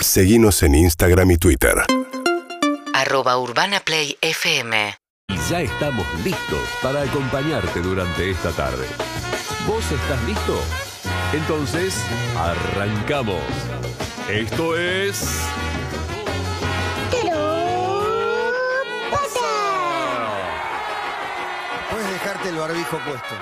Seguimos en Instagram y Twitter. arroba urbanaplayfm Y ya estamos listos para acompañarte durante esta tarde. ¿Vos estás listo? Entonces, arrancamos. Esto es... Puedes dejarte el barbijo puesto.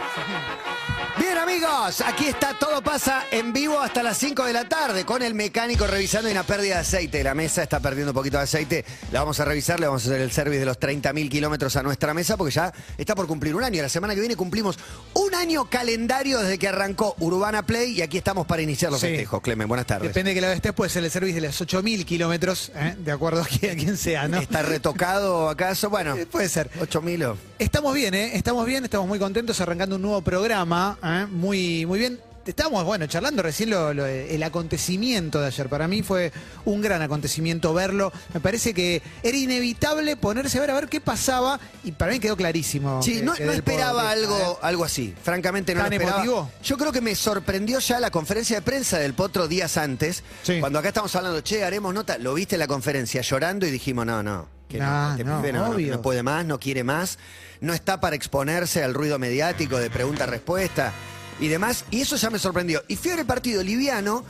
Bien amigos, aquí está Todo pasa en vivo hasta las 5 de la tarde con el mecánico revisando y una pérdida de aceite. La mesa está perdiendo un poquito de aceite, la vamos a revisar, le vamos a hacer el service de los 30.000 kilómetros a nuestra mesa porque ya está por cumplir un año. La semana que viene cumplimos un año calendario desde que arrancó Urbana Play y aquí estamos para iniciar los Sí. festejos. Clemen, buenas tardes. Depende de que la estés, puede ser el service de los 8.000 kilómetros, ¿eh? de acuerdo a quien, a quien sea, ¿no? ¿Está retocado acaso? Bueno, Eh, Puede ser. 8.000 o... Estamos bien, ¿eh? Estamos bien, estamos muy contentos arrancando un nuevo programa, ¿eh? Muy, muy bien. Estamos, bueno, charlando recién lo- lo- el acontecimiento de ayer. Para mí fue un gran acontecimiento verlo. Me parece que era inevitable ponerse a ver a ver qué pasaba y para mí quedó clarísimo. Sí, que- no, que no Del Potro, esperaba ¿eh? algo, algo así. Francamente, no ¿Tan lo esperaba. emotivo? Yo creo que me sorprendió ya la conferencia de prensa del Potro días antes. Sí. Cuando acá estamos hablando, che, haremos nota. Lo viste en la conferencia llorando y dijimos, no, no. Que no, Nah, este no, pibe no, no, obvio. no puede más, no quiere más. No está para exponerse al ruido mediático de pregunta-respuesta y demás. Y eso ya me sorprendió. Y fui a ver el partido liviano.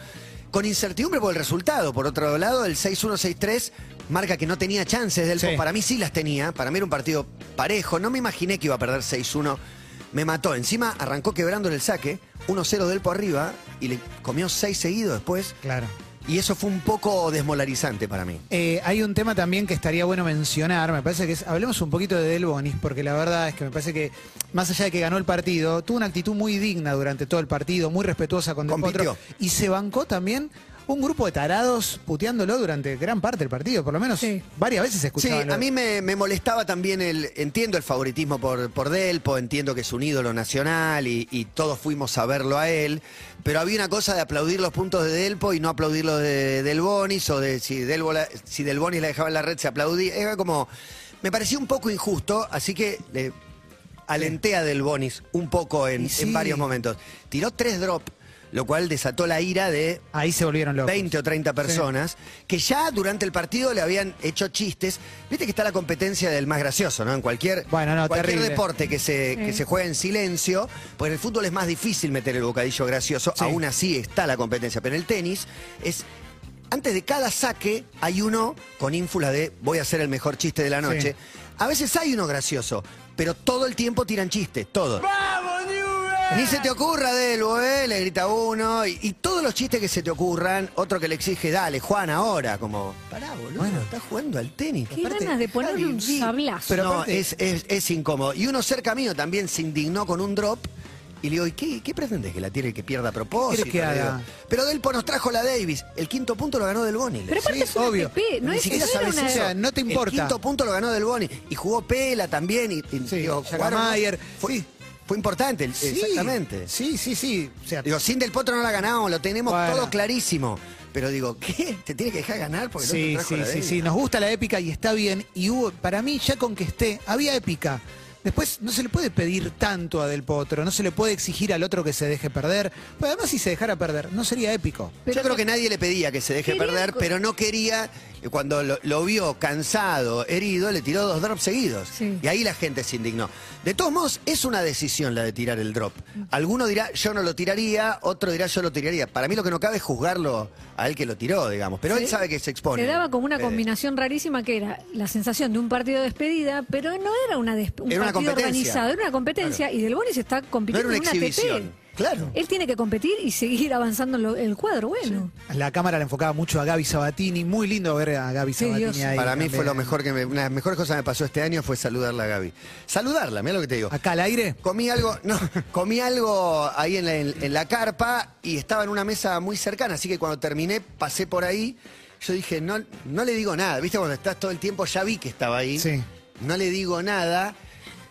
Con incertidumbre por el resultado. Por otro lado, el 6-1-6-3 marca que no tenía chances del Sí. para mí sí las tenía, para mí era un partido parejo, no me imaginé que iba a perder 6-1. Me mató, encima arrancó quebrándole el saque, 1-0 del por arriba y le comió 6 seguidos después. Claro. Y eso fue un poco desmolarizante para mí. Eh, hay un tema también que estaría bueno mencionar, me parece que es, hablemos un poquito de Del Bonis, porque la verdad es que me parece que, más allá de que ganó el partido, tuvo una actitud muy digna durante todo el partido, muy respetuosa con Del Compitió. Potro, y se bancó también un grupo de tarados puteándolo durante gran parte del partido, por lo menos varias veces se Sí, escuchaba. lo- a mí me, me molestaba también el. Entiendo el favoritismo por, por Delpo, entiendo que es un ídolo nacional y, y todos fuimos a verlo a él. Pero había una cosa de aplaudir los puntos de Delpo y no aplaudir los de Del Bonis o de si, Delbo la- si Del Bonis la dejaba en la red se aplaudía. Era como. Me parecía un poco injusto, así que le alenté a Del Bonis un poco en, Y sí. en varios momentos. Tiró tres drop, lo cual desató la ira de Ahí se volvieron locos. 20 o 30 personas que ya durante el partido le habían hecho chistes. Viste que está la competencia del más gracioso, ¿no? En cualquier, Bueno, no, cualquier terrible. deporte que se, que se juegue en silencio, pues en el fútbol es más difícil meter el bocadillo gracioso, Sí. aún así está la competencia. Pero en el tenis es. Antes de cada saque hay uno con ínfula de voy a hacer el mejor chiste de la noche. A veces hay uno gracioso, pero todo el tiempo tiran chistes, todo. Ni se te ocurra, Delbo, ¿eh? Le grita uno. Y, y todos los chistes que se te ocurran, otro que le exige, dale, Juan, ahora. Como, pará, boludo, estás jugando al tenis. Qué ganas de ponerle un sí. sablazo. Pero no, aparte- es, es- es incómodo. Y uno cerca mío también se indignó con un drop. Y le digo, ¿y qué, qué pretendes? ¿Que la tire que pierda a propósito? ¿Querés que Le digo. haga? Pero Delpo nos trajo la Davis. El quinto punto lo ganó Del Boni. Pero aparte Sí, es una obvio. ATP, no Ni es siquiera no era sabes una- eso. O sea, no te importa. El quinto punto lo ganó Del Boni. Y jugó Pela también. Y, y, Sí, digo, jugaron- Mayer, Fue, sí. fue importante, el- Sí, exactamente. Sí, sí, sí. O sea, Digo, sin Del Potro no la ganamos, lo tenemos Bueno. todo clarísimo. Pero digo, ¿qué? ¿Te tiene que dejar ganar? Porque Sí, no te trajo sí, la sí, débil? sí, nos gusta la épica y está bien. Y hubo, para mí, ya con que esté, había épica. Después no se le puede pedir tanto a Del Potro, no se le puede exigir al otro que se deje perder. Pues además, si se dejara perder, no sería épico. Pero Yo creo no- que nadie le pedía que se deje Quería perder, co- pero no quería, eh, cuando lo, lo vio cansado, herido, le tiró dos drops seguidos. Sí. Y ahí la gente se indignó. De todos modos, es una decisión la de tirar el drop. Alguno dirá, yo no lo tiraría, otro dirá, yo lo tiraría. Para mí lo que no cabe es juzgarlo a él que lo tiró, digamos. Pero él sabe que se expone. Se daba como una Eh, combinación rarísima que era la sensación de un partido de despedida, pero no era una desp- un Era una partido competencia. organizado, era una competencia y Del Bonis está No era compitiendo una en una exhibición. ATP. Claro. Él tiene que competir y seguir avanzando en lo- el cuadro, bueno. La cámara la enfocaba mucho a Gaby Sabatini, muy lindo ver a Gaby Sí, Dios. Sabatini ahí. Para mí también. fue lo mejor que me, una de las mejores cosas que me pasó este año fue saludarla a Gaby. Saludarla, mira lo que te digo. Acá al aire. Comí algo, no, comí algo ahí en la, en- en la carpa y estaba en una mesa muy cercana, así que cuando terminé, pasé por ahí, yo dije, no, no le digo nada, viste, cuando estás todo el tiempo ya vi que estaba ahí, Sí. no le digo nada,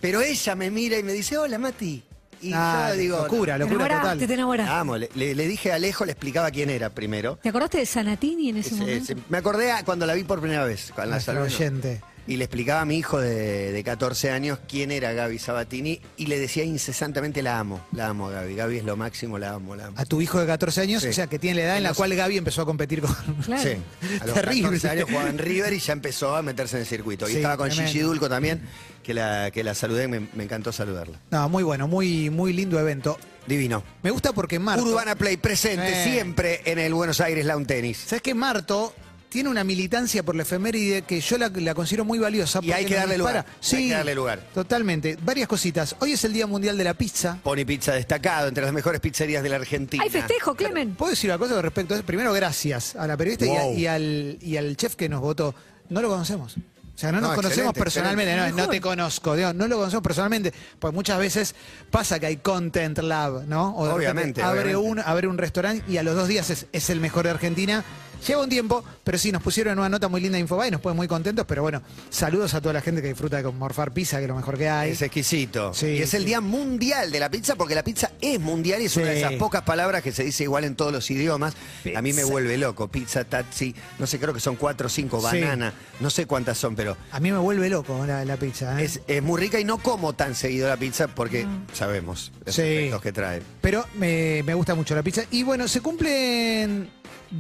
pero ella me mira y me dice, hola Mati. Y Ah, yo digo, locura, Te locura enamoraste, total. te enamoraste. Amo, le, le- le dije a Alejo, le explicaba quién era primero. ¿Te acordaste de Sanatini en ese Ese- momento? ese- me acordé a- cuando la vi por primera vez, cuando la Nuestro saludé. oyente. Y le explicaba a mi hijo de, de 14 años quién era Gaby Sabatini y le decía incesantemente la amo, la amo a Gaby, Gaby es lo máximo, la amo, la amo. A tu hijo de 14 años, Sí. o sea, que tiene la edad en la Los- cual Gaby empezó a competir con... Claro. Sí, a los Terrible. 14 años jugaba en River y ya empezó a meterse en el circuito. Y Sí, estaba con tremendo. Gigi Dulco también, que la, que la saludé, me, me encantó saludarla. No, muy bueno, muy, muy lindo evento. Divino. Me gusta porque Marto... Urbana Play presente Eh. siempre en el Buenos Aires Lawn Tennis. ¿Sabes qué? Marto tiene una militancia por la efeméride que yo la, la considero muy valiosa. Y hay porque que nos darle dispara. lugar, hay Sí, que darle lugar. Totalmente. Varias cositas. Hoy es el Día Mundial de la Pizza. Pony Pizza destacado, entre las mejores pizzerías de la Argentina. Hay festejo, Clemen. ¿Puedo decir una cosa con respecto a eso? Primero, gracias a la periodista y a- Wow. y, al, y al chef que nos votó. No lo conocemos. O sea, no nos No, conocemos excelente, personalmente, no, excelente. no te conozco, Dios, no lo conocemos personalmente, pues muchas veces pasa que hay Content Lab, ¿no? O de repente Obviamente, Abre, obviamente. Un, abre un restaurante y a los dos días es, es el mejor de Argentina. Lleva un tiempo, pero sí, nos pusieron una nota muy linda de Infobae y nos ponen muy contentos, pero bueno, saludos a toda la gente que disfruta de morfar pizza, que es lo mejor que hay. Es exquisito. Sí, y es el sí. día mundial de la pizza, porque la pizza es mundial y es una de Sí. esas pocas palabras que se dice igual en todos los idiomas. A mí me Pizza. vuelve loco. Pizza, taxi, no sé, creo que son cuatro o cinco, Sí. banana, no sé cuántas son, pero A mí me vuelve loco la, la pizza. ¿eh? es, es muy rica y no como tan seguido la pizza porque sabemos los Mm. Sí. efectos que trae. Pero me, me gusta mucho la pizza. Y bueno, se cumplen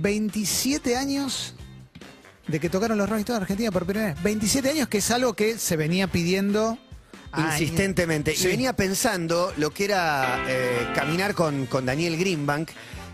27 años de que tocaron los Rolling Stones en Argentina por primera vez. 27 años que es algo que se venía pidiendo años. Insistentemente. Sí. Y venía pensando lo que era eh, caminar con, con Daniel Greenbank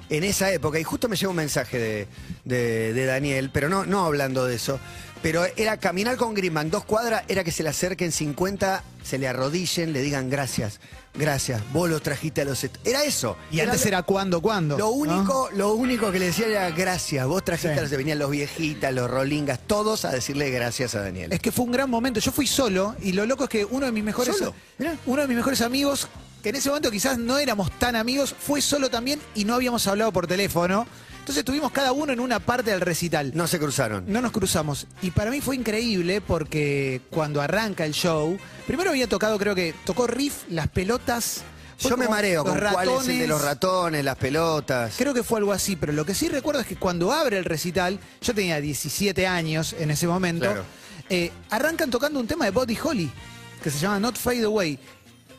en esa época. Y justo me llegó un mensaje de, de- de Daniel, pero no, no hablando de eso. Pero era caminar con Greenbank, dos cuadras, era que se le acerquen 50, se le arrodillen, le digan gracias, gracias, vos lo trajiste a los... est-". Era eso. Y antes lo- era cuando, cuando. Lo ¿no? único, lo único que le decía era gracias, vos trajiste Sí. a los... Venían los viejitas, los rolingas, todos a decirle gracias a Daniel. Es que fue un gran momento. Yo fui solo y lo loco es que uno de mis mejores, ¿Solo? Mirá. uno de mis mejores amigos, que en ese momento quizás no éramos tan amigos, fue solo también y no habíamos hablado por teléfono. Entonces estuvimos cada uno en una parte del recital. No se cruzaron. No nos cruzamos. Y para mí fue increíble porque cuando arranca el show, primero había tocado, creo que tocó Riff, las pelotas. fue Yo me como mareo los con cuál es el de los ratones, las pelotas. Creo que fue algo así, pero lo que sí recuerdo es que cuando abre el recital, yo tenía 17 años en ese momento, Claro. eh, arrancan tocando un tema de Body Holly, que se llama Not Fade Away,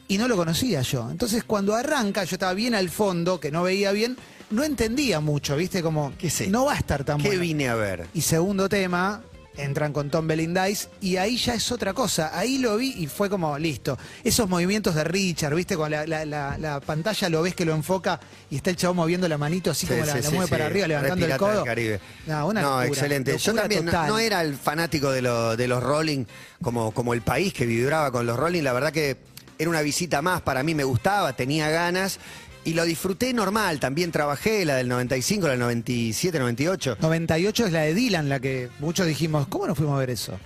y no lo conocía yo. Entonces cuando arranca, yo estaba bien al fondo, que no veía bien, no entendía mucho, ¿viste? Como, ¿Qué es esto? no va a estar tan ¿Qué bueno. vine a ver? Y segundo tema, entran con Tom Bellindice y ahí ya es otra cosa. Ahí lo vi y fue como, listo. Esos movimientos de Richard, ¿viste? Con la, la- la- la pantalla lo ves que lo enfoca y está el chavo moviendo la manito así Sí, como la, sí, la sí, mueve sí. para arriba, Re levantando el pirata del codo. Caribe. No, una locura, excelente. Yo locura también no- total. no era el fanático de, lo- de los Rolling como, como el país que vibraba con los Rolling. La verdad que era una visita más, para mí me gustaba, tenía ganas. Y lo disfruté normal, también trabajé la del 95, la del 97, 98. 98 es la de Dylan, la que muchos dijimos, ¿cómo no fuimos a ver eso?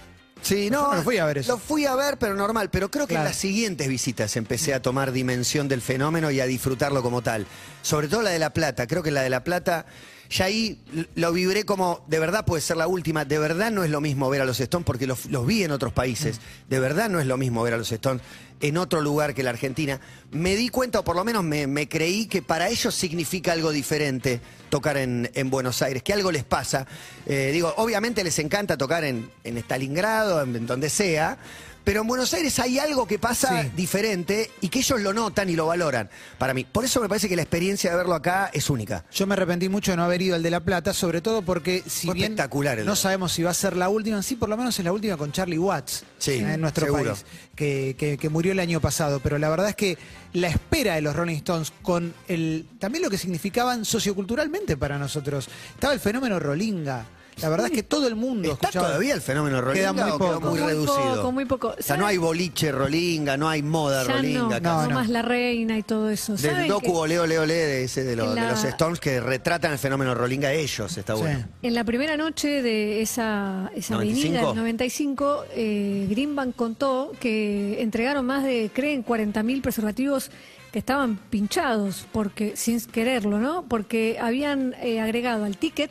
Sí, Yo no, no lo fui a ver eso. Lo fui a ver, pero normal. Pero creo que Claro. en las siguientes visitas empecé a tomar dimensión del fenómeno y a disfrutarlo como tal. Sobre todo la de La Plata. Creo que la de La Plata, ya ahí l- lo vibré como, de verdad puede ser la última. De verdad no es lo mismo ver a los Stones, porque los, los vi en otros países. De verdad no es lo mismo ver a los Stones en otro lugar que la Argentina. Me di cuenta, o por lo menos me, me creí, que para ellos significa algo diferente tocar en, en Buenos Aires, que algo les pasa. Eh, digo, obviamente les encanta tocar en, en Stalingrado, en, en donde sea, pero en Buenos Aires hay algo que pasa Sí. diferente y que ellos lo notan y lo valoran para mí. Por eso me parece que la experiencia de verlo acá es única. Yo me arrepentí mucho de no haber ido al de La Plata, sobre todo porque si Fue bien espectacular el no de- sabemos si va a ser la última, sí por lo menos es la última con Charlie Watts Sí, eh, en nuestro seguro. país, que, que- que murió el año pasado, pero la verdad es que la espera de los Rolling Stones con el también lo que significaban socioculturalmente para nosotros, estaba el fenómeno Rolinga. La verdad es que todo el mundo Está escuchaba- todavía el fenómeno Queda rolinga muy o quedó poco. muy Muy reducido. poco, muy poco. O sea, no hay boliche rolinga, no hay moda Ya no, rolinga. no, acá. No, no. más la reina y todo eso. Del ¿Saben docu que Oleo Oleo de, ese de, los, en de la- los Stones que retratan el fenómeno Rolinga ellos, está Sí. bueno. En la primera noche de esa, esa 95. avenida, el 95, eh, Greenbank contó que entregaron más de, creen, 40.000 preservativos que estaban pinchados, porque sin quererlo, ¿no? Porque habían eh, agregado al ticket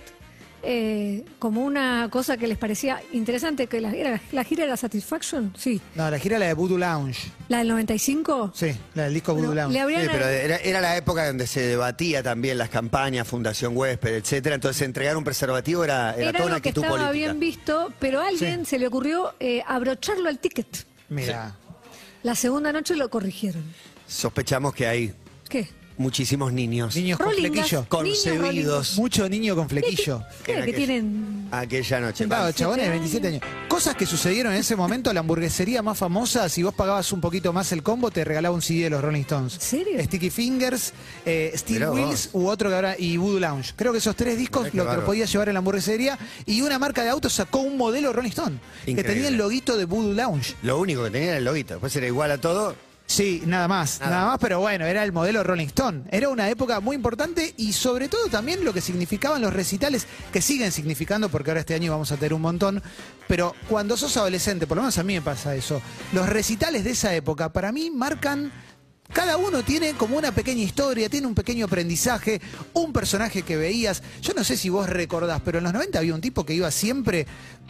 eh, como una cosa que les parecía interesante, que la, era, la gira era Satisfaction, sí. No, la gira la de Voodoo Lounge. La del 95. Sí, la del disco Voodoo Bueno, Lounge. le habrían- Sí, pero era, era la época donde se debatía también las campañas, Fundación Huésped, etcétera. Entonces entregar un preservativo era, era, Era toda una algo que actitud estaba política. bien visto, pero a alguien se le ocurrió eh, abrocharlo al ticket. Mira. La segunda noche lo corrigieron. Sospechamos que hay ¿Qué? muchísimos niños Niños con Rolling flequillo. Gas. concebidos Mucho niño con flequillo. ¿Qué? en Que aquella- tienen... aquella noche. Claro, Vale. chabones de 27 años. Cosas que sucedieron en ese momento, la hamburguesería más famosa, si vos pagabas un poquito más el combo, te regalaba un CD de los Rolling Stones. ¿En serio? Sticky Fingers, eh, Steel Mirá vos. Wheels u otro que habrá, y Voodoo Lounge. Creo que esos tres discos Mirá qué lo que bárbaro. podía llevar en la hamburguesería. Y una marca de autos sacó un modelo Rolling Stone, que Increíble. tenía el loguito de Voodoo Lounge. Lo único que tenía era el loguito. Después era igual a todo. Sí, nada más, Nada. nada. más, pero bueno, era el modelo Rolling Stone. Era una época muy importante y sobre todo también lo que significaban los recitales, que siguen significando, porque ahora este año vamos a tener un montón, pero cuando sos adolescente, por lo menos a mí me pasa eso, los recitales de esa época para mí marcan... Cada uno tiene como una pequeña historia, tiene un pequeño aprendizaje, un personaje que veías. Yo no sé si vos recordás, pero en los 90 había un tipo que iba siempre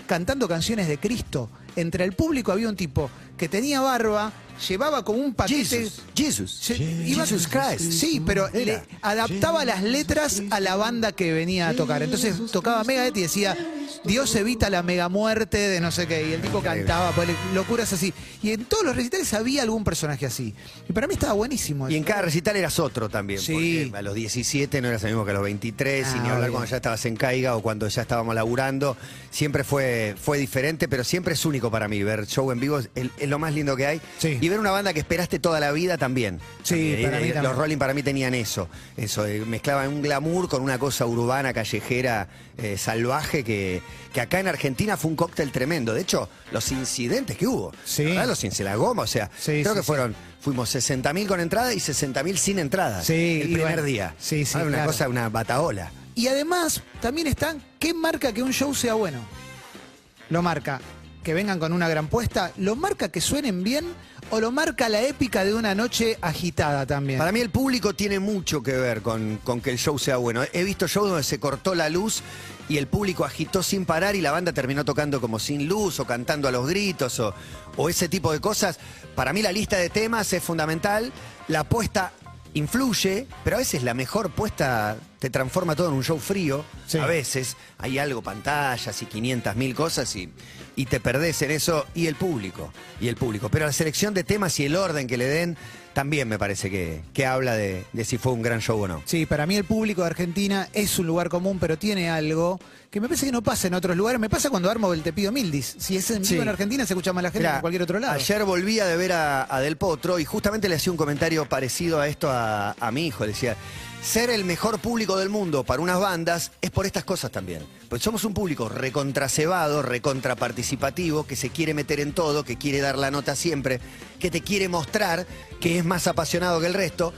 cantando canciones de Cristo. Entre el público había un tipo que tenía barba, llevaba como un paquete. Jesus, Jesus, Se- iba- Jesus Christ. Sí, pero Era. le adaptaba las letras a la banda que venía a tocar. Entonces tocaba Megadeth y decía, Dios evita la mega muerte de no sé qué. Y el tipo cantaba, ponele, locuras así. Y en todos los recitales había algún personaje así. Y para mí estaba buenísimo. Y en eso. cada recital eras otro también, Sí. porque a los 17 no eras el mismo que a los 23, y Ah, ni hablar obvio. cuando ya estabas en Caiga o cuando ya estábamos laburando. Siempre fue, fue diferente, pero siempre es único para mí. Ver show en vivo es, el- es lo más lindo que hay. Sí. Y ver una banda que esperaste toda la vida también. Sí, También. eh, para mí también. Los Rolling para mí tenían eso. Eso, de- mezclaban un glamour con una cosa urbana, callejera, eh, salvaje, que, que acá en Argentina fue un cóctel tremendo. De hecho, los incidentes que hubo. Sí. la verdad, los incidentes, la goma, o sea, Sí, creo sí, que sí. fueron, fuimos 60.000 con entrada y 60.000 sin entrada. Sí, el y primer bueno, día. sí, sí, Ah, Una claro. cosa, una bataola. Y además, también está, ¿qué marca que un show sea bueno? Lo marca que vengan con una gran puesta, lo marca que suenen bien o lo marca la épica de una noche agitada también. Para mí el público tiene mucho que ver con, con que el show sea bueno. He visto shows donde se cortó la luz y el público agitó sin parar y la banda terminó tocando como sin luz o cantando a los gritos o, o ese tipo de cosas. Para mí la lista de temas es fundamental, la apuesta influye, pero a veces la mejor puesta te transforma todo en un show frío. Sí. A veces hay algo, pantallas y 500 mil cosas y, y te perdés en eso y el público, y el público. Pero la selección de temas y el orden que le den también me parece que, que habla de, de si fue un gran show o no. Sí, para mí el público de Argentina es un lugar común, pero tiene algo que me parece que no pasa en otros lugares. Me pasa cuando armo el Te pido Mildis. Si es en vivo Sí. en Argentina, se escucha más la gente que Mirá, en cualquier otro lado. Ayer volvía de ver a, a Del Potro y justamente le hacía un comentario parecido a esto a, a mi hijo. Le decía, ser el mejor público del mundo para unas bandas es por estas cosas también. Pues somos un público recontracebado, recontraparticipativo, que se quiere meter en todo, que quiere dar la nota siempre, que te quiere mostrar que es más apasionado que el resto.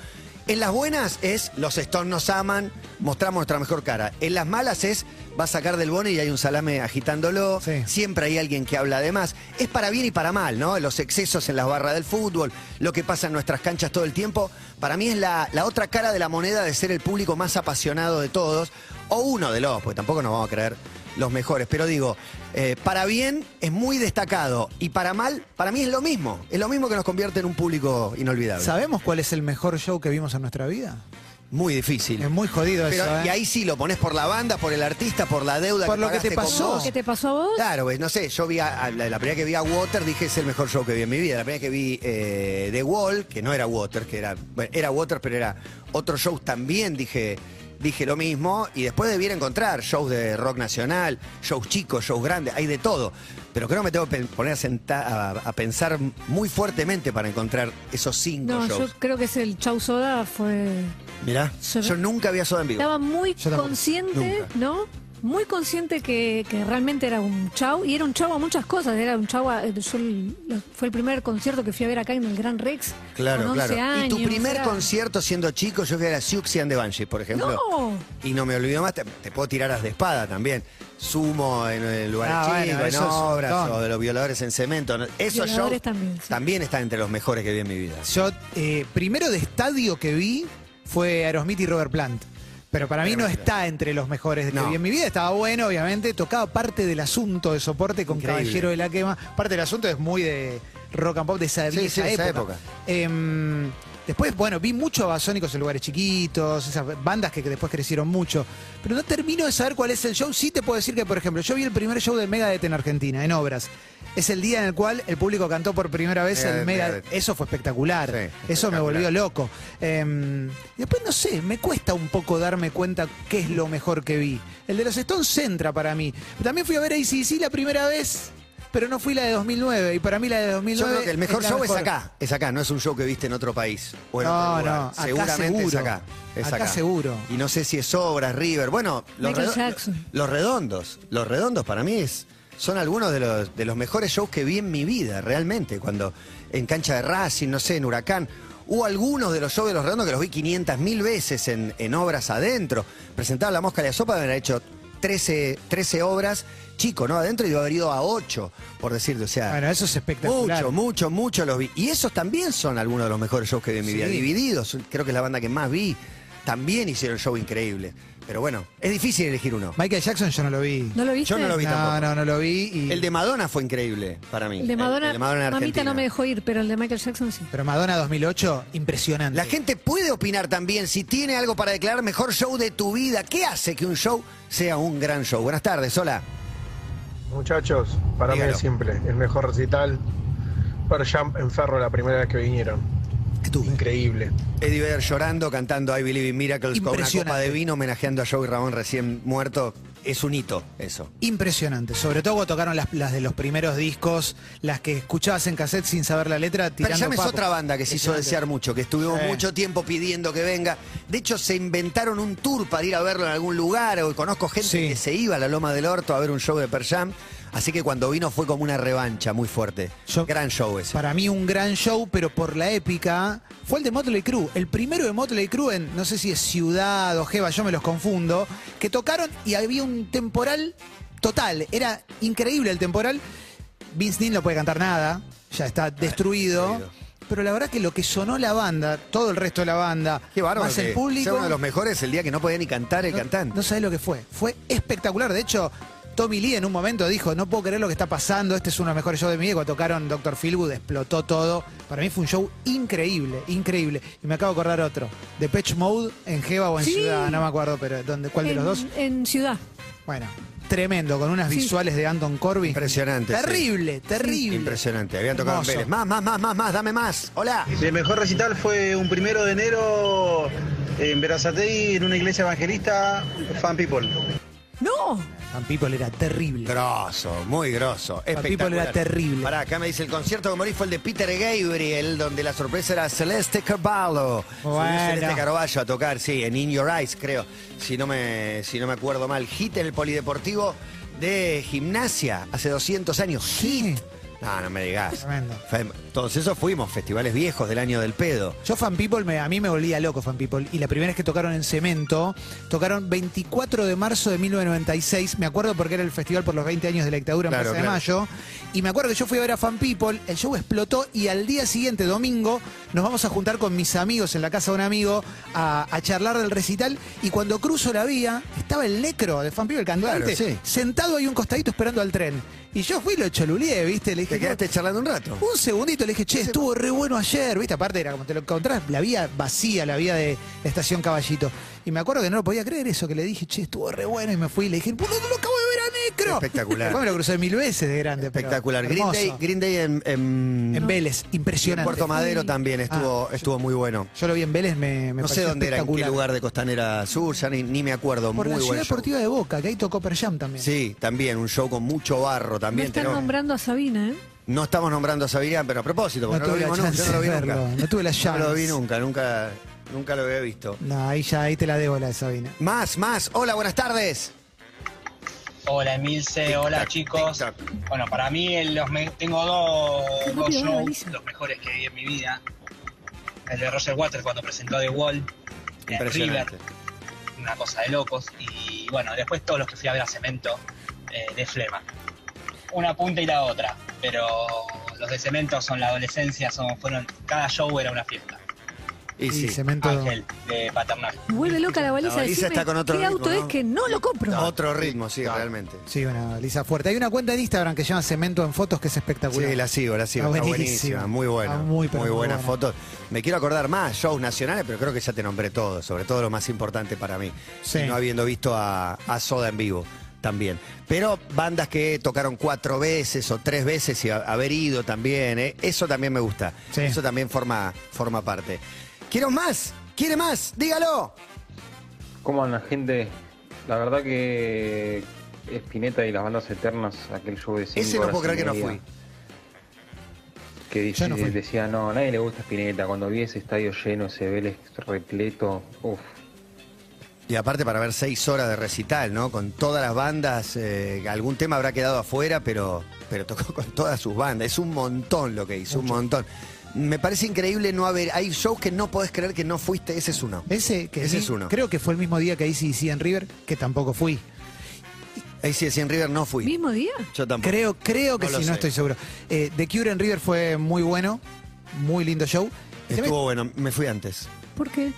En las buenas es los Stones nos aman, mostramos nuestra mejor cara. En las malas es va a sacar del bono y hay un salame agitándolo. Sí. Siempre hay alguien que habla de más. Es para bien y para mal, ¿no? Los excesos en las barras del fútbol, lo que pasa en nuestras canchas todo el tiempo. Para mí es la, la otra cara de la moneda de ser el público más apasionado de todos, o uno de los, porque tampoco nos vamos a creer los mejores. Pero digo, eh, para bien es muy destacado y para mal, para mí es lo mismo. Es lo mismo que nos convierte en un público inolvidable. ¿Sabemos cuál es el mejor show que vimos en nuestra vida? Muy difícil. Es muy jodido Pero- eso, ¿eh? Y ahí sí lo pones por la banda, por el artista, por la deuda. Por lo que te pagaste con pasó. vos. ¿Qué te pasó a vos? Claro, pues no sé, yo vi a, a la, la primera que vi a Water dije es el mejor show que vi en mi vida. La primera que vi eh, The Wall, que no era Water, que era, bueno, era Water, pero era otro show también dije, dije lo mismo. Y después debiera encontrar shows de rock nacional, shows chicos, shows grandes, hay de todo. Pero creo que me tengo que pe- poner a, senta- a, a pensar muy fuertemente para encontrar esos cinco No, yo shows. creo que es el Chau Soda fue... Mirá, yo- yo, nunca vi a Soda en vivo. Estaba muy Yo tampoco. consciente, Nunca. ¿no? Muy consciente que, que realmente era un chau, y era un chau a muchas cosas, era un chau a- yo el- lo- fue el primer concierto que fui a ver acá en el Gran Rex. Claro, con 11 claro. y tu años, primer era- concierto siendo chico, yo fui a la Siouxsie and the Banshee, por ejemplo. No. Y no me olvido más, te, te puedo tirar las de espada también. Sumo en, el lugar Ah, bueno, chico, en eso es un obras, montón. o de los violadores en cemento. ¿no? Esos Violadores shows también, sí. están entre los mejores que vi en mi vida. Yo, eh, primero de estadio que vi fue Aerosmith y Robert Plant. Pero para mí no está entre los mejores que No. vi en mi vida. Estaba bueno, obviamente. Tocaba parte del asunto de soporte con Increíble. Caballero de la Quema. Parte del asunto es muy de rock and pop de esa, Sí, de sí, esa de esa época. época. Em, después, bueno, vi mucho a Basónicos en lugares chiquitos, esas bandas que, que después crecieron mucho. Pero no termino de saber cuál es el show. Sí te puedo decir que, por ejemplo, yo vi el primer show de Megadeth en Argentina, en Obras. Es el día en el cual el público cantó por primera vez el Megadeth, Megadeth. Megadeth. Eso fue espectacular. Sí, Eso me espectacular. volvió loco. Eh, después, no sé, me cuesta un poco darme cuenta qué es lo mejor que vi. El de los Stones entra para mí. También fui a ver a ACDC la primera vez, pero no fui la de 2009. Y para mí la de 2009 Yo creo que el mejor la show es acá. Es acá, no es un show que viste en otro país. O en No, otro lugar. no, acá Seguramente seguro. es acá. Es Acá acá, seguro. Y no sé si es Obras, River. Bueno, los, Michael redo- Jackson. los redondos. Los redondos para mí es- son algunos de los, de los mejores shows que vi en mi vida, realmente. Cuando en cancha de Racing, no sé, en Huracán. Hubo algunos de los shows de los redondos que los vi 500 mil veces en, en obras adentro. Presentaba La Mosca de la Sopa, me haber hecho 13, 13 obras, chico, ¿no? Adentro y debo haber ido a 8, por decirte. O sea, Bueno, eso es espectacular. Ah. mucho, mucho, mucho los vi. Y esos también son algunos de los mejores shows que vi en mi Sí. vida. Divididos, creo que es la banda que más vi. También hicieron show increíble. Pero bueno, es difícil elegir uno. Michael Jackson yo no lo vi. ¿No lo viste? Yo no lo vi no, tampoco. no, no lo vi. y- El de Madonna fue increíble para mí. El de Madonna, El de Madonna en mamita Argentina. no me dejó ir, pero el de Michael Jackson sí. Pero Madonna 2008, impresionante. La gente puede opinar también si tiene algo para declarar mejor show de tu vida. ¿Qué hace que un show sea un gran show? Buenas tardes, hola. Muchachos, para mí Dígalo. es simple. El mejor recital, Pearl Jam en Ferro la primera vez que vinieron. Estuve. Increíble. Eddie Vedder llorando, cantando I Believe in Miracles con una Impresionante. copa de vino homenajeando a Joey Ramón recién muerto. Es un hito eso. Impresionante, sobre todo cuando tocaron las, las de los primeros discos, las que escuchabas en cassette sin saber la letra, tirando Pero ya me es papo. otra banda que se hizo desear mucho, que estuvimos Sí. mucho tiempo pidiendo que venga. De hecho, se inventaron un tour para ir a verlo en algún lugar. O conozco gente Sí. que se iba a la Loma del Orto a ver un show de Per Jam. Así que cuando vino fue como una revancha muy fuerte. Yo- Gran show ese. Para mí un gran show, pero por la épica, fue el de Motley Crue. El primero de Motley Crue en, no sé si es Ciudad o Jeva, yo me los confundo, que tocaron y había un temporal total. Era increíble el temporal. Vince Neil no puede cantar nada, ya está destruido. Eh, destruido. Pero la verdad que lo que sonó la banda, todo el resto de la banda, Qué bárbaro. más el que público... sea uno de los mejores el día que no podía ni cantar el No- cantante. No sabés lo que fue. Fue espectacular. De hecho, Tommy Lee en un momento dijo, no puedo creer lo que está pasando, este es uno de los mejores shows de mi vida. Cuando tocaron Dr. Philwood, explotó todo. Para mí fue un show increíble, increíble. Y me acabo de acordar otro. De Patch Mode en Jeva o en Sí. Ciudad, no me acuerdo, pero ¿dónde, ¿cuál de los En- dos? En Ciudad. Bueno, tremendo, con unas Sí. visuales de Anton Corbin. Impresionante, sí. Terrible, terrible. Impresionante. Habían tocado en Hermoso. Vélez. Más, más, más, más, más. Dame más. Hola. El mejor recital fue un primero de enero en Verazategui, en una iglesia evangelista, Fan People. ¡No! Fan People era terrible. Grosso, muy grosso. Espectacular. People era terrible. Pará, acá me dice el concierto que morí fue el de Peter Gabriel, donde la sorpresa era Celeste Carvalho. Subió Bueno. Celeste Carvalho a tocar, sí, en In Your Eyes, creo, si no me, si no me acuerdo mal. Hit en el Polideportivo de Gimnasia, hace 200 años. Hit. No, no me digas. Tremendo. Fue- Todos esos fuimos, festivales viejos del año del pedo. Yo Fan People, me- a mí me volvía loco Fan People. Y la primera vez que tocaron en Cemento, tocaron 24 de marzo de 1996. Me acuerdo porque era el festival por los 20 años de la dictadura en Claro, Plaza de claro. Mayo. Y me acuerdo que yo fui a ver a Fan People, el show explotó y al día siguiente, domingo, nos vamos a juntar con mis amigos en la casa de un amigo a, a charlar del recital. Y cuando cruzo la vía, estaba el necro de Fan People, el cantante, Claro, sí. sentado ahí un costadito esperando al tren. Y yo fui y lo cholulié, ¿viste? Le dije, Te "No, quedaste charlando un rato. un segundito le dije, che, estuvo re bueno ayer, ¿viste? Aparte era como te lo encontrás, la vía vacía, la vía de Estación Caballito. Y me acuerdo que no lo podía creer eso, que le dije, che, estuvo re bueno y me fui y le dije, boludo, lo acabo de ver a Necro. Espectacular. Después me lo crucé mil veces de grande. pero Espectacular. Green hermoso. Day, Green Day en, en- En Vélez, y en impresionante. Puerto Madero Uy. también estuvo, Ah, estuvo muy bueno. Yo lo vi en Vélez, me, me No sé pareció dónde era, en qué espectacular. lugar de Costanera Sur, ya ni, ni me acuerdo. Por la Muy ciudad buen show. deportiva de Boca, que ahí tocó Per Jam también. Sí, también, un show con mucho barro Me también. están tenemos- nombrando a Sabina, ¿eh? no estamos nombrando a Sabirán, pero a propósito, porque No no, tuve lo la vimos nunca. chance yo no lo vi de nunca. verlo, no tuve la No lo vi chance. nunca, nunca, nunca lo había visto. No, ahí ya, ahí te la debo la de Sabina. Más, más. Hola, buenas tardes. Hola Emilce, Tic-tac, hola chicos. tic-tac. Bueno, para mí el- los me- tengo dos, Rápido, dos dale, shows, Elisa. los mejores que vi en mi vida. El de Roger Waters cuando presentó The Wall, de Eh, River, Impresionante. una cosa de locos. Y bueno, después todos los que fui a ver a Cemento eh, de Flema. Una punta y la otra, pero los de Cemento son la adolescencia, son, fueron, cada show era una fiesta. Y sí. cemento. Ángel de Paternaje. Me Vuelve loca la baliza La de baliza está con otro ¿Qué ritmo, auto ¿no? es que no lo compro? Otro ritmo, sí, realmente. Sí, una lisa fuerte. Hay una cuenta en Instagram que se llama Cemento en Fotos que es espectacular. Sí, la sigo, la sigo. Está Está buenísima. buenísima, muy buena. Está muy, muy, pero muy buenas buena. fotos. Me quiero acordar más, shows nacionales, pero creo que ya te nombré todo, sobre todo lo más importante para mí. Sí. Y No habiendo visto a, a Soda en vivo también. Pero bandas que tocaron cuatro veces o tres veces y a- haber ido también, ¿eh? eso también me gusta. Sí. Eso también forma, forma parte. ¿Quiero más? ¿Quiere más? Dígalo. ¿Cómo andan, gente? La verdad que Espineta y las bandas eternas, aquel show de cinco Ese no horas puedo creer y que no media, fui. Que dice- Yo no fui. decía, no, a nadie le gusta Espineta. Cuando vi ese estadio lleno, ese Vélez repleto, uff. Y aparte para ver seis horas de recital, ¿no? Con todas las bandas, eh, algún tema habrá quedado afuera, pero, pero tocó con todas sus bandas. Es un montón lo que hizo, un montón. Me parece increíble no haber... Hay shows que no podés creer que no fuiste, ese es uno. Ese, que sí, Ese es uno. Creo que fue el mismo día que hice sí en River, que tampoco fui. Ahí sí, en River no fui. ¿Mismo día? Yo tampoco. Creo, creo que sí, No lo no sé. estoy seguro. Eh, The Cure en River fue muy bueno, muy lindo show. Se me- Estuvo bueno, me fui antes. ¿Por qué?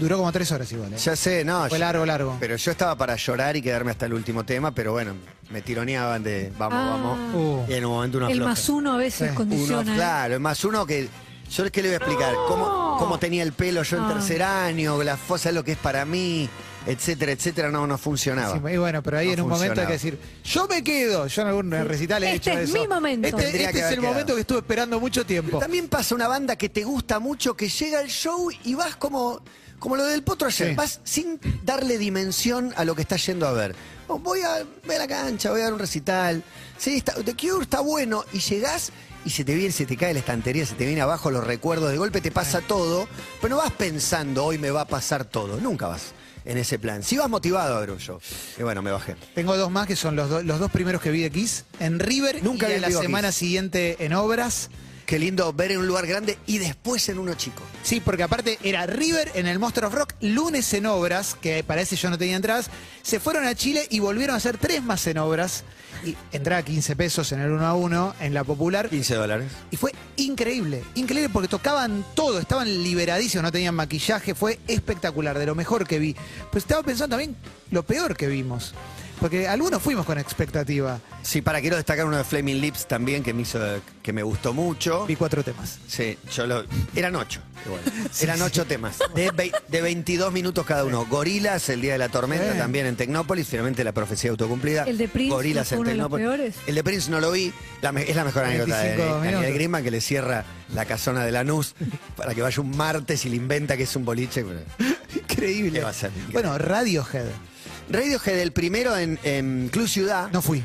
Duró como tres horas igual. eh. Ya sé, no. fue yo- largo, largo. Pero yo estaba para llorar y quedarme hasta el último tema, pero bueno, me tironeaban de vamos, Ah. vamos. Uh. Y en un momento uno el afloja. más uno a veces Sí. Uno, condiciona. ¿eh? claro, es más uno que. Yo que le voy a explicar cómo, cómo tenía el pelo yo en Ah. tercer año, la fosa es lo que es para mí, etcétera, etcétera, no, no funcionaba. Sí, y bueno, pero ahí No en un momento hay funcionaba. que decir, yo me quedo. Yo en algún recital he Este hecho es eso. mi momento. Este, Tendría este que es el haber quedado. momento que estuve esperando mucho tiempo. También pasa una banda que te gusta mucho, que llega al show y vas como, como lo del potro ayer, Sí. vas sin darle dimensión a lo que estás yendo a ver. Oh, Voy a ver la cancha, voy a dar un recital. Sí, está, The Cure está bueno y llegás y se te viene, se te cae la estantería, se te viene abajo los recuerdos, de golpe te pasa todo, pero no vas pensando, hoy me va a pasar todo, nunca vas en ese plan. Si vas motivado a ver un show. Y bueno, me bajé. Tengo dos más que son los, do- los dos primeros que vi de Kiss en River Nunca y había a la ido a semana Kiss. siguiente en Obras. Qué lindo ver en un lugar grande y después en uno chico. Sí, porque aparte era River en el Monster of Rock, lunes en obras, que parece yo no tenía entradas. Se fueron a Chile y volvieron a hacer tres más en obras. Y entraba 15 pesos en el 1 a 1 en la popular. 15 dólares. Y fue increíble, increíble porque tocaban todo, estaban liberadísimos, no tenían maquillaje, fue espectacular, de lo mejor que vi. Pero estaba pensando también lo peor que vimos. Porque algunos fuimos con expectativa. Sí, para quiero destacar uno de Flaming Lips también que me hizo que me gustó mucho. Vi cuatro temas. Sí, yo lo eran ocho. igual. eran ocho temas de, vei- de 22 minutos cada uno. Gorilas el día de la tormenta Sí. también en Tecnópolis, finalmente la profecía autocumplida. El de Prince, Gorillaz ¿no fue en uno de los Tecnópolis. peores? El de Prince no lo vi, la me- es la mejor anécdota de 25 Daniel minutos. Grimman que le cierra la casona de Lanús para que vaya un martes y le inventa que es un boliche. Increíble. ¿Qué va a ser? Bueno, Radiohead. Radiohead el primero en, en Club Ciudad. No fui.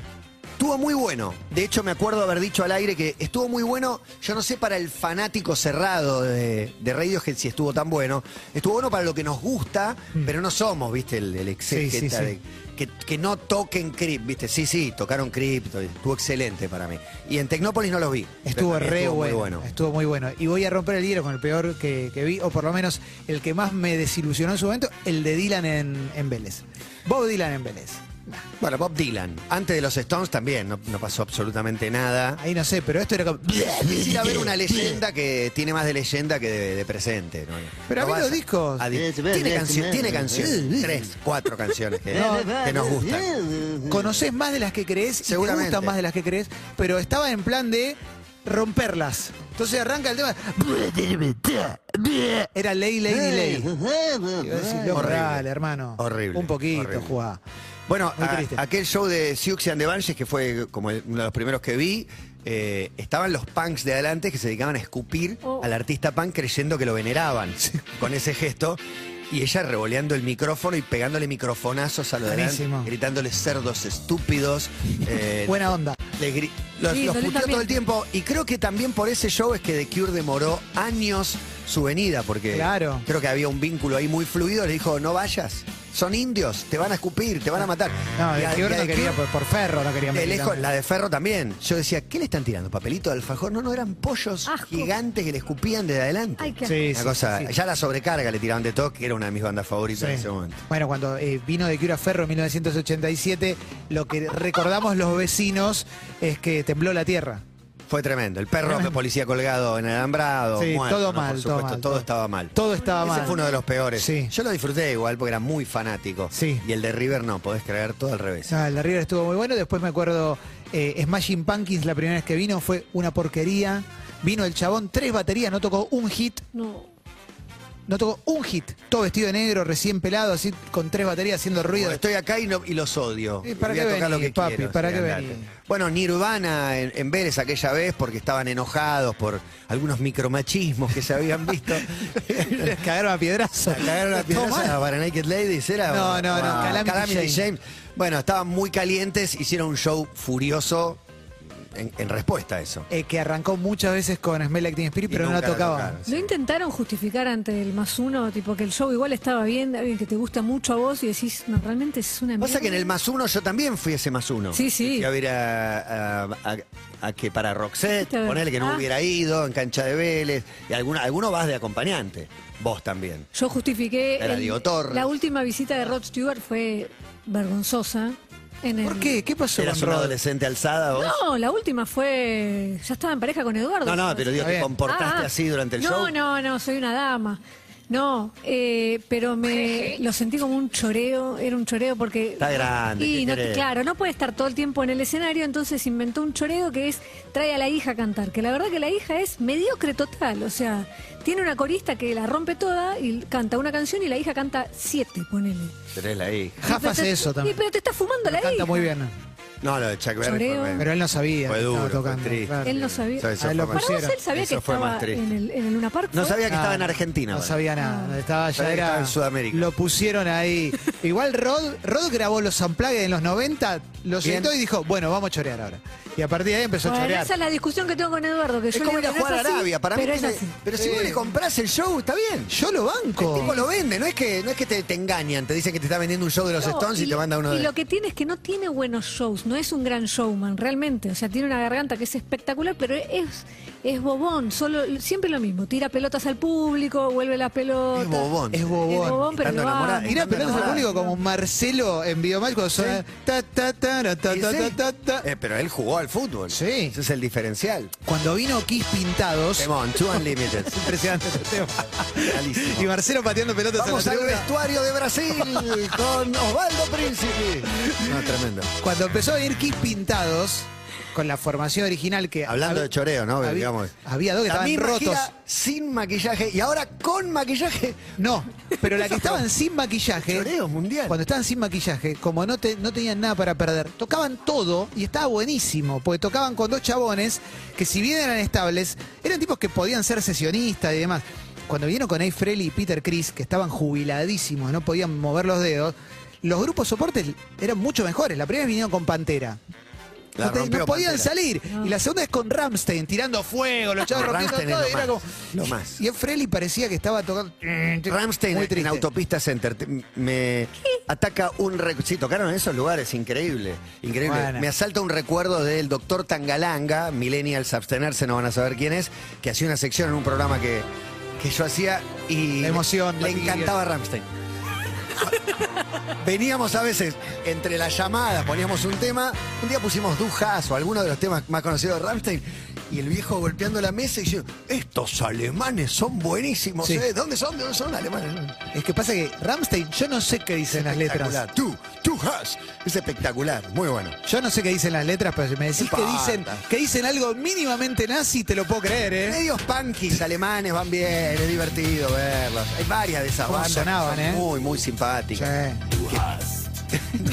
Estuvo muy bueno. De hecho, me acuerdo haber dicho al aire que estuvo muy bueno. Yo no sé para el fanático cerrado de, de Radiohead si estuvo tan bueno. Estuvo bueno para lo que nos gusta, pero no somos, ¿viste? El, el ex- Mm. Sí, sí, que, sí. de- que- que no toquen Crypt, ¿viste? Sí, sí, tocaron Crypt. Estuvo excelente para mí. Y en Tecnópolis no los vi. Estuvo Pero re estuvo muy bueno, bueno. Estuvo muy bueno. Y voy a romper el hielo con el peor que, que vi, o por lo menos el que más me desilusionó en su momento, el de Dylan en, en Vélez. Bob Dylan en Vélez. Nah, Bueno, Bob Dylan. Antes de los Stones también no, no pasó absolutamente nada. ahí no sé, pero esto era como. Quisiera ver una leyenda que tiene más de leyenda que de, de presente. ¿no? Pero a mí vas los discos- a di- tiene, cancio- tiene canciones, tres, cuatro canciones que, que nos gustan. Conoces más de las que crees, y te Seguramente. gustan más de las que crees, pero estaba en plan de romperlas. Entonces arranca el tema. Era ley, ley, ley. Y vos decís, loco, Horrible. dale, hermano. Horrible, Un poquito, horrible. jugá. Bueno, Muy a- triste. aquel show de Siux and the Banshees, que fue como el- uno de los primeros que vi, eh, estaban los punks de adelante que se dedicaban a escupir Oh. al artista punk creyendo que lo veneraban con ese gesto. Y ella revoleando el micrófono y pegándole microfonazos a los de adelante, Buenísimo. gritándole cerdos estúpidos. eh, Buena onda. Le gri- los, Sí, los Solís puteó también. todo el tiempo y creo que también por ese show es que The Cure demoró años su venida porque Claro. creo que había un vínculo ahí muy fluido, le dijo no vayas, son indios, te van a escupir, te van a matar. No, Y a- el y a Cure no The quería, Cure por, por ferro no quería de meter lejos, tanto. la de Ferro también. Yo decía, ¿qué le están tirando? ¿Papelito de alfajor? No, no, eran pollos Asco. gigantes que le escupían desde adelante. Ay, qué Sí, Una cosa, sí. ya la sobrecarga le tiraban de todo, que era una de mis bandas favoritas en Sí. ese momento. Bueno, cuando eh, vino de Cura Ferro en 1987, lo que recordamos los vecinos es que tembló la tierra. Fue tremendo. El perro Tremendo. que policía colgado en el alambrado. Sí, muerto, todo ¿no? mal, Por todo supuesto, mal, todo todo- estaba mal. Todo estaba mal. Ese fue uno de los peores. Sí. Yo lo disfruté igual porque era muy fanático. Sí. Y el de River no, podés creer todo al revés. No, el de River estuvo muy bueno. Después me acuerdo, eh, Smashing Pumpkins, la primera vez que vino, fue una porquería. Vino el chabón, tres baterías, no tocó un hit, No. no tocó un hit. Todo vestido de negro, recién pelado, así con tres baterías haciendo ruido. Bueno, estoy acá y, no- y los odio. ¿Y para voy a qué tocar lo venís, que papi? quiero, ¿Para sí, qué andate. venís? Bueno, Nirvana en, en Vélez aquella vez porque estaban enojados por algunos micromachismos que se habían visto. Les Cagaron a piedrazo. Cagaron la Todo mal. piedra para Naked Ladies, ¿era? No, no, no, Ah, Calamity Jane. Bueno, estaban muy calientes, hicieron un show furioso en, en respuesta a eso. Eh, que arrancó muchas veces con Smell Like Teen Spirit, Y pero no nunca la la tocaba. tocaron. ¿No intentaron justificar ante el más uno, tipo que el show igual estaba bien, alguien que te gusta mucho a vos y decís, no, realmente es una Pasa que en el mierda"? más uno yo también fui ese más uno. Sí, sí. Fui a ver a, a- a- a que para Roxette, Fuiste a ver. ponele que no Ah. hubiera ido, en cancha de Vélez, y alguno, alguno vas de acompañante, vos también. Yo justifiqué. Era el- Diego Torres. La última visita de Rod Stewart fue vergonzosa. En el- ¿Por qué? ¿Qué pasó ¿Eras con un Rod? adolescente alzada vos? No, la última fue. Ya estaba en pareja con Eduardo. No, no, pero digo, Está ¿te bien. comportaste Ah, así durante el no, show? No, no, soy una dama. No, eh, pero me lo sentí como un choreo, era un choreo porque... Está grande, ¿qué Y no, querés? claro, no puede estar todo el tiempo en el escenario, entonces inventó un choreo que es trae a la hija a cantar, que la verdad que la hija es mediocre total, o sea, tiene una corista que la rompe toda y canta una canción y la hija canta siete, ponele. Tenés la hija. Jaffa hace Pero te- eso también. y pero te está fumando la Canta hija. muy bien. No, lo de Chuck Berry Choreo. fue- Pero él no sabía Fue que duro, estaba tocando. fue triste. claro. Él no sabía. Eso- eso A él lo fue más- Para vos él sabía eso que fue más estaba triste. en el, en el Luna Park. No ¿fue? sabía que Ah, estaba en Argentina. No ¿verdad? sabía nada. Ah. Estaba, ya Sabía que era, estaba en Sudamérica. Lo pusieron ahí. Igual Rod, Rod grabó los unplugged en los 90, lo Bien. sentó y dijo, bueno, vamos a chorear ahora. Y a partir de ahí empezó Bueno, a chorear. esa es la discusión que tengo con Eduardo, que Es yo como le ir a digo, "Pero jugar a es así", Arabia. Para mí pero es tiene- así. pero si Sí. vos le comprás el show, está bien. Yo lo banco. El tipo lo vende, no es que no es que te, te engañan, te dicen que te está vendiendo un show de los No, Stones y, te manda uno y de lo que tiene es que no tiene buenos shows, no es un gran showman realmente, o sea, tiene una garganta que es espectacular, pero es es bobón, solo siempre lo mismo, tira pelotas al público, vuelve las pelotas. Es bobón. Es bobón. Es bobón, pero Estando lo enamorada, amo. Mirá, Estando pelotas al enamorada. público como Marcelo en Biomatch cuando suena ta, ta, ta, ra, ta, Y ta, sí. ta, ta, ta. Eh, pero él jugó al fútbol. Sí. Ese es el diferencial. Cuando vino Kiss Pintados, Demon, two unlimited. impresionante ese tema. Realísimo. y Marcelo pateando pelotas a Vamos la al tribuna. vestuario de Brasil con Osvaldo Príncipe. No, tremendo. Cuando empezó a venir Kiss Pintados, con la formación original que... Hablando hab- de choreo, ¿no? Había, Digamos. había dos que La estaban misma rotos. gira sin maquillaje y ahora con maquillaje. No, pero la que estaban sin maquillaje... Choreo mundial. Cuando estaban sin maquillaje, como no, te- no tenían nada para perder, tocaban todo y estaba buenísimo, porque tocaban con dos chabones que si bien eran estables, eran tipos que podían ser sesionistas y demás. Cuando vinieron con Ace Frehley y Peter Chris, que estaban jubiladísimos, no podían mover los dedos, los grupos soportes eran mucho mejores. La primera vez vinieron con Pantera. La no, te- no rompió podían Pantera. salir. No. Y la segunda es con Ramstein tirando fuego, los chavos No, rompiendo Rammstein todo. es y lo era más, como- lo más. Y Ace Frehley parecía que estaba tocando. Ramstein Muy en triste. Autopista Center te- me ataca un recuerdo. Sí, tocaron en esos lugares, increíble. Increíble. Bueno. Me asalta un recuerdo del doctor Tangalanga, Millennials abstenerse, no van a saber quién es, que hacía una sección en un programa que, que yo hacía y La emoción, le la tibia. encantaba Ramstein. Veníamos a veces entre las llamadas, poníamos un tema, un día pusimos Dujas o alguno de los temas más conocidos de Ramstein. Y el viejo golpeando la mesa y yo, estos alemanes son buenísimos. Sí. ¿eh? ¿Dónde son? ¿De dónde son alemanes? Es que pasa que Ramstein, yo no sé qué dicen las letras. Espectacular. Tú, tú has. Es espectacular, muy bueno. Yo no sé qué dicen las letras, pero si me decís No que dicen, importa. que dicen algo mínimamente nazi, te lo puedo creer, ¿eh? Medios punkis alemanes van bien, es divertido verlos. Hay varias de esas ¿Cómo bandas. que sonaban, son eh? Muy, muy Sí. simpáticas. Hagen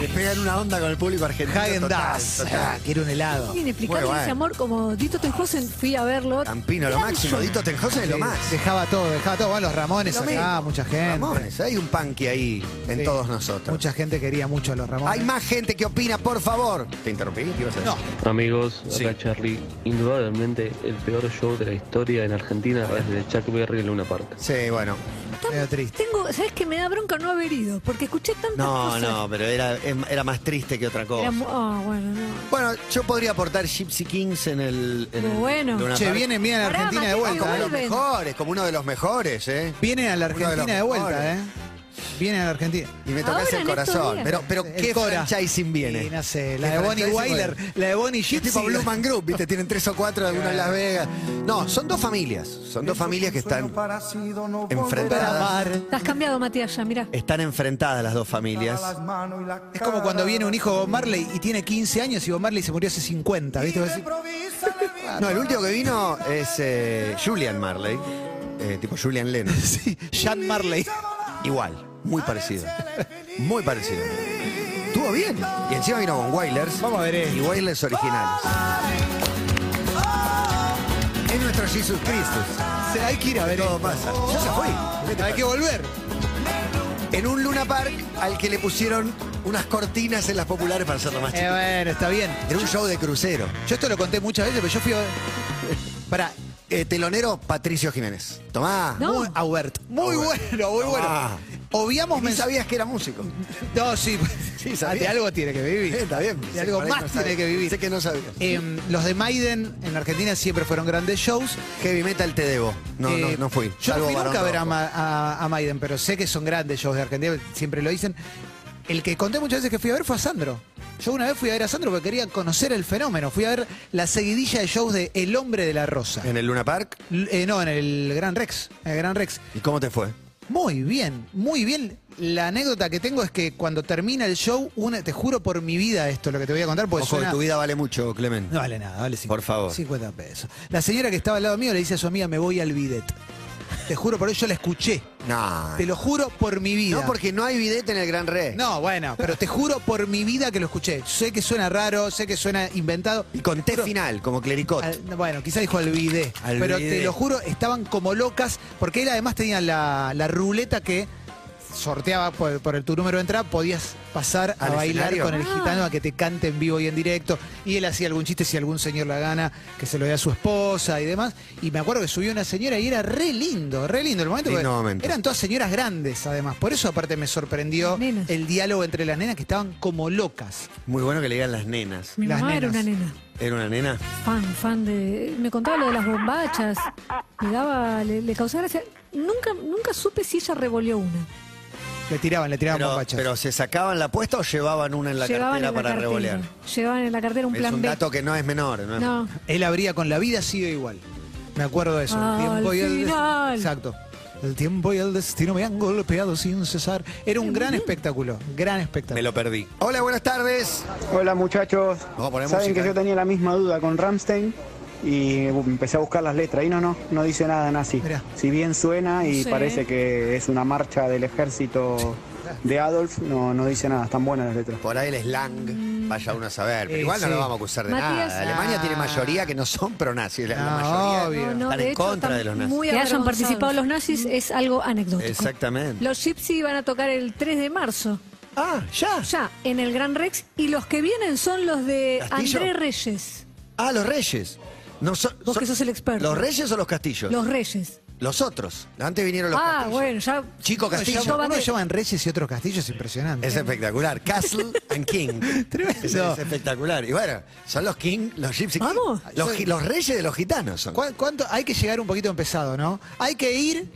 Le pegan una onda con el público argentino. total, Dazs. Ah, total. quiero un helado. Es inexplicable Bueno, ese bueno. amor, como Dito Tenjosen, fui a verlo. Campino, lo Gran máximo. show. Dito Tenjosen es lo más. Dejaba todo, dejaba todo. Bueno, los Ramones Lo acá, mismo. mucha gente. Ramones, hay un punky ahí en Sí. todos nosotros. Mucha gente quería mucho a los Ramones. Hay más gente que opina, por favor. ¿Te interrumpí? ¿Qué ibas a decir? No. Amigos, acá Sí. Charlie. Indudablemente el peor show de la historia en Argentina es el de Chuck Berry en Luna Park. Sí, bueno. Tan- Medio triste. Tengo, ¿sabes que Me da bronca no haber ido, porque escuché tantas No, cosas. no, pero era, em, era más triste que otra cosa. Era mu- ah, bueno, no. Bueno, yo podría aportar Gypsy Kings en el. En el- Bueno. Luna Che, Park. vienen bien a Pará, Argentina de Mateo, vuelta. Ah, como ¿eh? los vuelven. mejores, como uno de los mejores, ¿eh? Vienen a la Uno de los Argentina de vuelta, mejores. ¿eh? viene a la Argentina. Y me tocas Ahora, el en estos corazón. días. Pero, pero El ¿qué Cora. franchising viene? Y no sé, la ¿Qué de Bonnie franchising Wyler, viene? la de Bonnie Es tipo Gypsy. Blue Man Group, ¿viste? Tienen tres o cuatro, algunos en Las Vegas. No, son dos familias. Son Este dos familias que están enfrentadas. Estás cambiado, Matías, ya, mirá. Están enfrentadas las dos familias. Es como cuando viene un hijo de Bob Mm. Marley y tiene 15 años y Bob Marley se murió hace 50, ¿viste? Vos decís, No, el último que vino es eh, Julian Marley. eh, tipo Julian Lennon. sí, Jan Marley. Igual, muy parecido. Muy parecido. Estuvo bien. Y encima vino con Wailers. Vamos a ver esto. Y Wailers originales. Es nuestro Jesus Christus. Se- Hay que ir a ver. Todo esto. pasa. Ya se fue. Este Hay que volver. En un Luna Park al que le pusieron unas cortinas en las populares para hacerlo más Eh, chico. bueno, está bien. Era un show de crucero. Yo esto lo conté muchas veces, pero yo fui a... Para, eh, telonero Patricio Jiménez. Tomá. No. Muy, Aubert. Muy Aubert. bueno, muy bueno. Ah. Obviamos Vos me mensajes. sabías que era músico. No, sí. Sí, Ah, sabía. de algo tiene que vivir. Está bien. De algo Por ahí más no tiene sabía. que vivir. Sé que no sabías. Em, los de Maiden en Argentina siempre fueron grandes shows. Heavy metal te debo. No, Eh, no, no fui. Yo no Salvo fui Barón nunca a ver a, Rojo. Ma- a- a Maiden, pero sé que son grandes shows de Argentina, siempre lo dicen. El que conté muchas veces que fui a ver fue a Sandro. Yo una vez fui a ver a Sandro porque quería conocer el fenómeno. Fui a ver la seguidilla de shows de El Hombre de la Rosa. ¿En el Luna Park? L- eh, no, en el Gran Rex. En el Gran Rex. ¿Y cómo te fue? Muy bien, muy bien. La anécdota que tengo es que cuando termina el show, una- te juro por mi vida esto, lo que te voy a contar, porque Ojo, que Pues suena- tu vida vale mucho, Clemente. No vale nada, vale 50, Por favor. 50 pesos. La señora que estaba al lado mío le dice a su amiga, me voy al bidet. Te juro, por eso yo la escuché. No. Te lo juro por mi vida. Ah. No, porque no hay videte en el Gran Re. No, bueno, pero te juro por mi vida que lo escuché. Sé que suena raro, sé que suena inventado. Y con T Pero- final, como clericot. Al- bueno, quizá dijo al bidet. Al pero bidet. te lo juro, estaban como locas, porque él además tenía la, la ruleta que sorteaba por, por el tu número de entrada, podías pasar a ¿Al bailar escenario? Ah. con el gitano a que te cante en vivo y en directo. Y él hacía algún chiste si algún señor la gana, que se lo dé a su esposa y demás. Y me acuerdo que subió una señora y era re lindo, re lindo el momento. Lindo porque momento. Eran todas señoras grandes, además. Por eso aparte me sorprendió Las nenas. el diálogo entre las nenas que estaban como locas. Muy bueno que le digan las nenas. Mi Las mamá era una nenas. nena. ¿Era una nena? Fan, fan de. Me contaba lo de las bombachas. Le daba. Le, le causaba gracia. Nunca, nunca supe si ella revolvió una. Le tiraban, le tiraban Pero, bombachas. pero ¿se sacaban la apuesta o llevaban una en la Llevaban cartera en la para cartera. revolear? Llevaban en la cartera un Es plan un B. dato que no es menor. No, es- No. Él habría con la vida sido igual. Me acuerdo de eso. Al el tiempo y el des- final. Exacto. El tiempo y el destino me han golpeado sin cesar. Era un gran espectáculo, gran Me espectáculo. lo perdí. Hola, buenas tardes. Hola muchachos, Vamos a poner saben música, que eh. yo tenía la misma duda con Ramstein y bu- empecé a buscar las letras y no, no, no dice nada nazi. Mirá. Si bien suena y Sí. parece que es una marcha del ejército de Adolf, no, no dice nada, están buenas las letras. Por ahí el slang, vaya uno a saber. Pero Eh, igual no sí. lo vamos a acusar de Matías, ah. nada. Alemania tiene mayoría que no son pronazis. La, la No, mayoría Ah, obvio. No, no, están en de hecho, contra están de los nazis. Que hayan participado los nazis es algo anecdótico. Exactamente. Los Gypsy van a tocar el 3 de marzo, Ah, ya. ya en el Gran Rex, y los que vienen son los de ¿Castillo? Andrés Reyes, Ah, los reyes. No, son- Vos son- que sos el experto. ¿Los reyes o los castillos? los Reyes. Los otros. Antes vinieron los ah, castillos. bueno, ya. Chico Uno Castillo. llama- uno Tómate. llaman Reyes y otro Castillo, es impresionante. Es espectacular. Castle and King. Tremendo. Es, es espectacular. Y bueno, son los King, los Gypsy King. Vamos. Los, gi- los reyes de los gitanos son. ¿Cuán- ¿Cuánto? Hay que llegar un poquito empezado, ¿no? Hay que ir,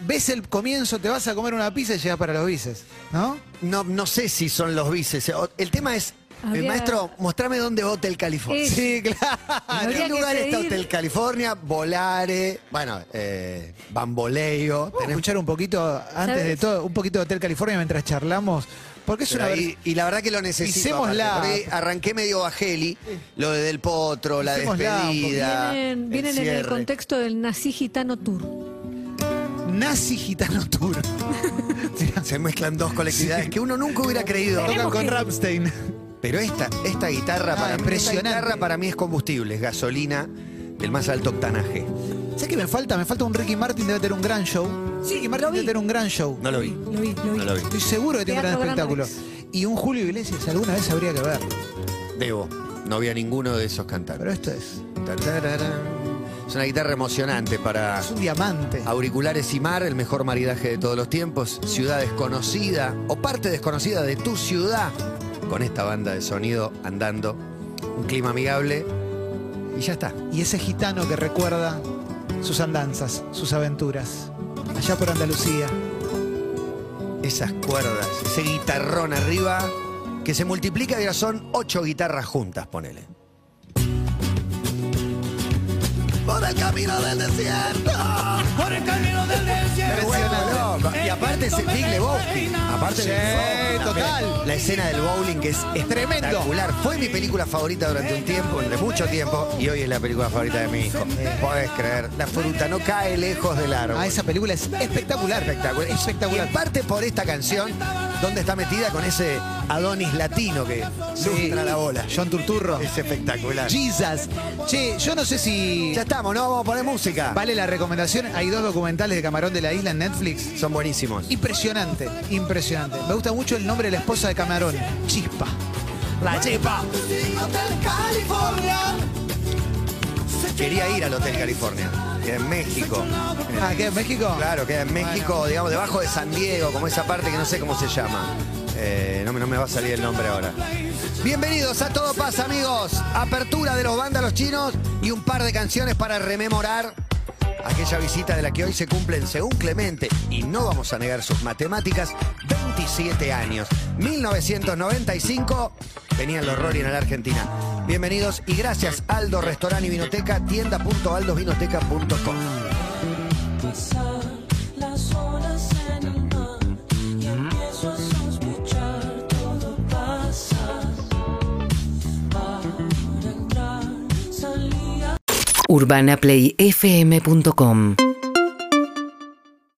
ves el comienzo, te vas a comer una pizza y llegas para los bices, ¿no? No, no sé si son los bices. O- El tema es, el Habría- maestro, mostrame dónde vota el California. Eh, Sí, claro. ¿En habría qué que lugar está pedir- Hotel California? Volare, bueno, eh, Bamboleo. Vamos a tenemos- escuchar un poquito, antes de ¿Sabes? todo, un poquito de Hotel California mientras charlamos, porque es Pero una ahí- vers- y, la verdad que lo necesito. aparte, Hicémosla. porque Arranqué medio bajeli, lo de Del Potro, la Hicémosla un poquito. despedida. Vienen, vienen en el cierre. contexto del nazi gitano tour. Nazi Gitano Tour. Se mezclan dos colectividades que uno nunca hubiera creído. Tocan con Ramstein. Pero esta, esta guitarra Ah, para mí, esta impresionante. guitarra para mí es combustible, es gasolina del más alto octanaje. ¿Sabes qué me falta? Me falta un Ricky Martin, debe tener un gran show. Sí, Ricky lo Martin vi. debe tener un gran show. No lo vi. Lo vi, lo vi. No lo vi. Estoy seguro que tiene un gran Teatro Gran espectáculo. Y un Julio Iglesias, alguna vez habría que verlo. Debo. No vi a ninguno de esos cantar. Pero esto es. Tarararán. Es una guitarra emocionante para Es un diamante. Ah. auriculares y mar, el mejor maridaje de todos los tiempos, ciudad desconocida o parte desconocida de tu ciudad, con esta banda de sonido andando, un clima amigable y ya está. Y ese gitano que recuerda sus andanzas, sus aventuras. Allá por Andalucía. Esas cuerdas, ese guitarrón arriba, que se multiplica y ahora son ocho guitarras juntas, ponele. Por el camino del desierto. Por el camino del Me desierto. vuelvo loco. Y aparte es el Big Lebowski. Aparte Sí, del bowling, total. también. La escena del bowling que es Tremendo. espectacular. Fue mi película favorita durante un tiempo, durante mucho tiempo, y hoy es la película favorita de mi hijo. Podés creer. La fruta no cae lejos del árbol. Ah, esa película es espectacular. Espectacular. Espectacular. Y en parte por esta canción, donde está metida con ese Adonis latino que lustra la bola. John Turturro. Es espectacular. Jesus. Che, yo no sé si. Ya estamos, ¿no? Vamos a poner música. Vale la recomendación. Hay dos documentales de Camarón de la Isla en Netflix. Son buenísimos. Impresionante, impresionante. Me gusta mucho el nombre de la esposa de Camarón. Chispa. La chispa. Hotel California. Quería ir al Hotel California. Queda en México. Ah, ¿qué? ¿México? Claro, queda en México, Bueno. digamos, debajo de San Diego, como esa parte que no sé cómo se llama. Eh, no, me- no me va a salir el nombre ahora. Bienvenidos a Todo Pasa, amigos. Apertura de los vándalos chinos y un par de canciones para rememorar aquella visita de la que hoy se cumplen, según Clemente, y no vamos a negar sus matemáticas, 27 años. 1995 tenían los Rory en la Argentina. Bienvenidos y gracias Aldo Restaurante y Vinoteca, tienda.aldosvinoteca.com. Pasar las horas en el mar y empiezo a sospechar todo pasa para entrar, salir. urbanaplayfm.com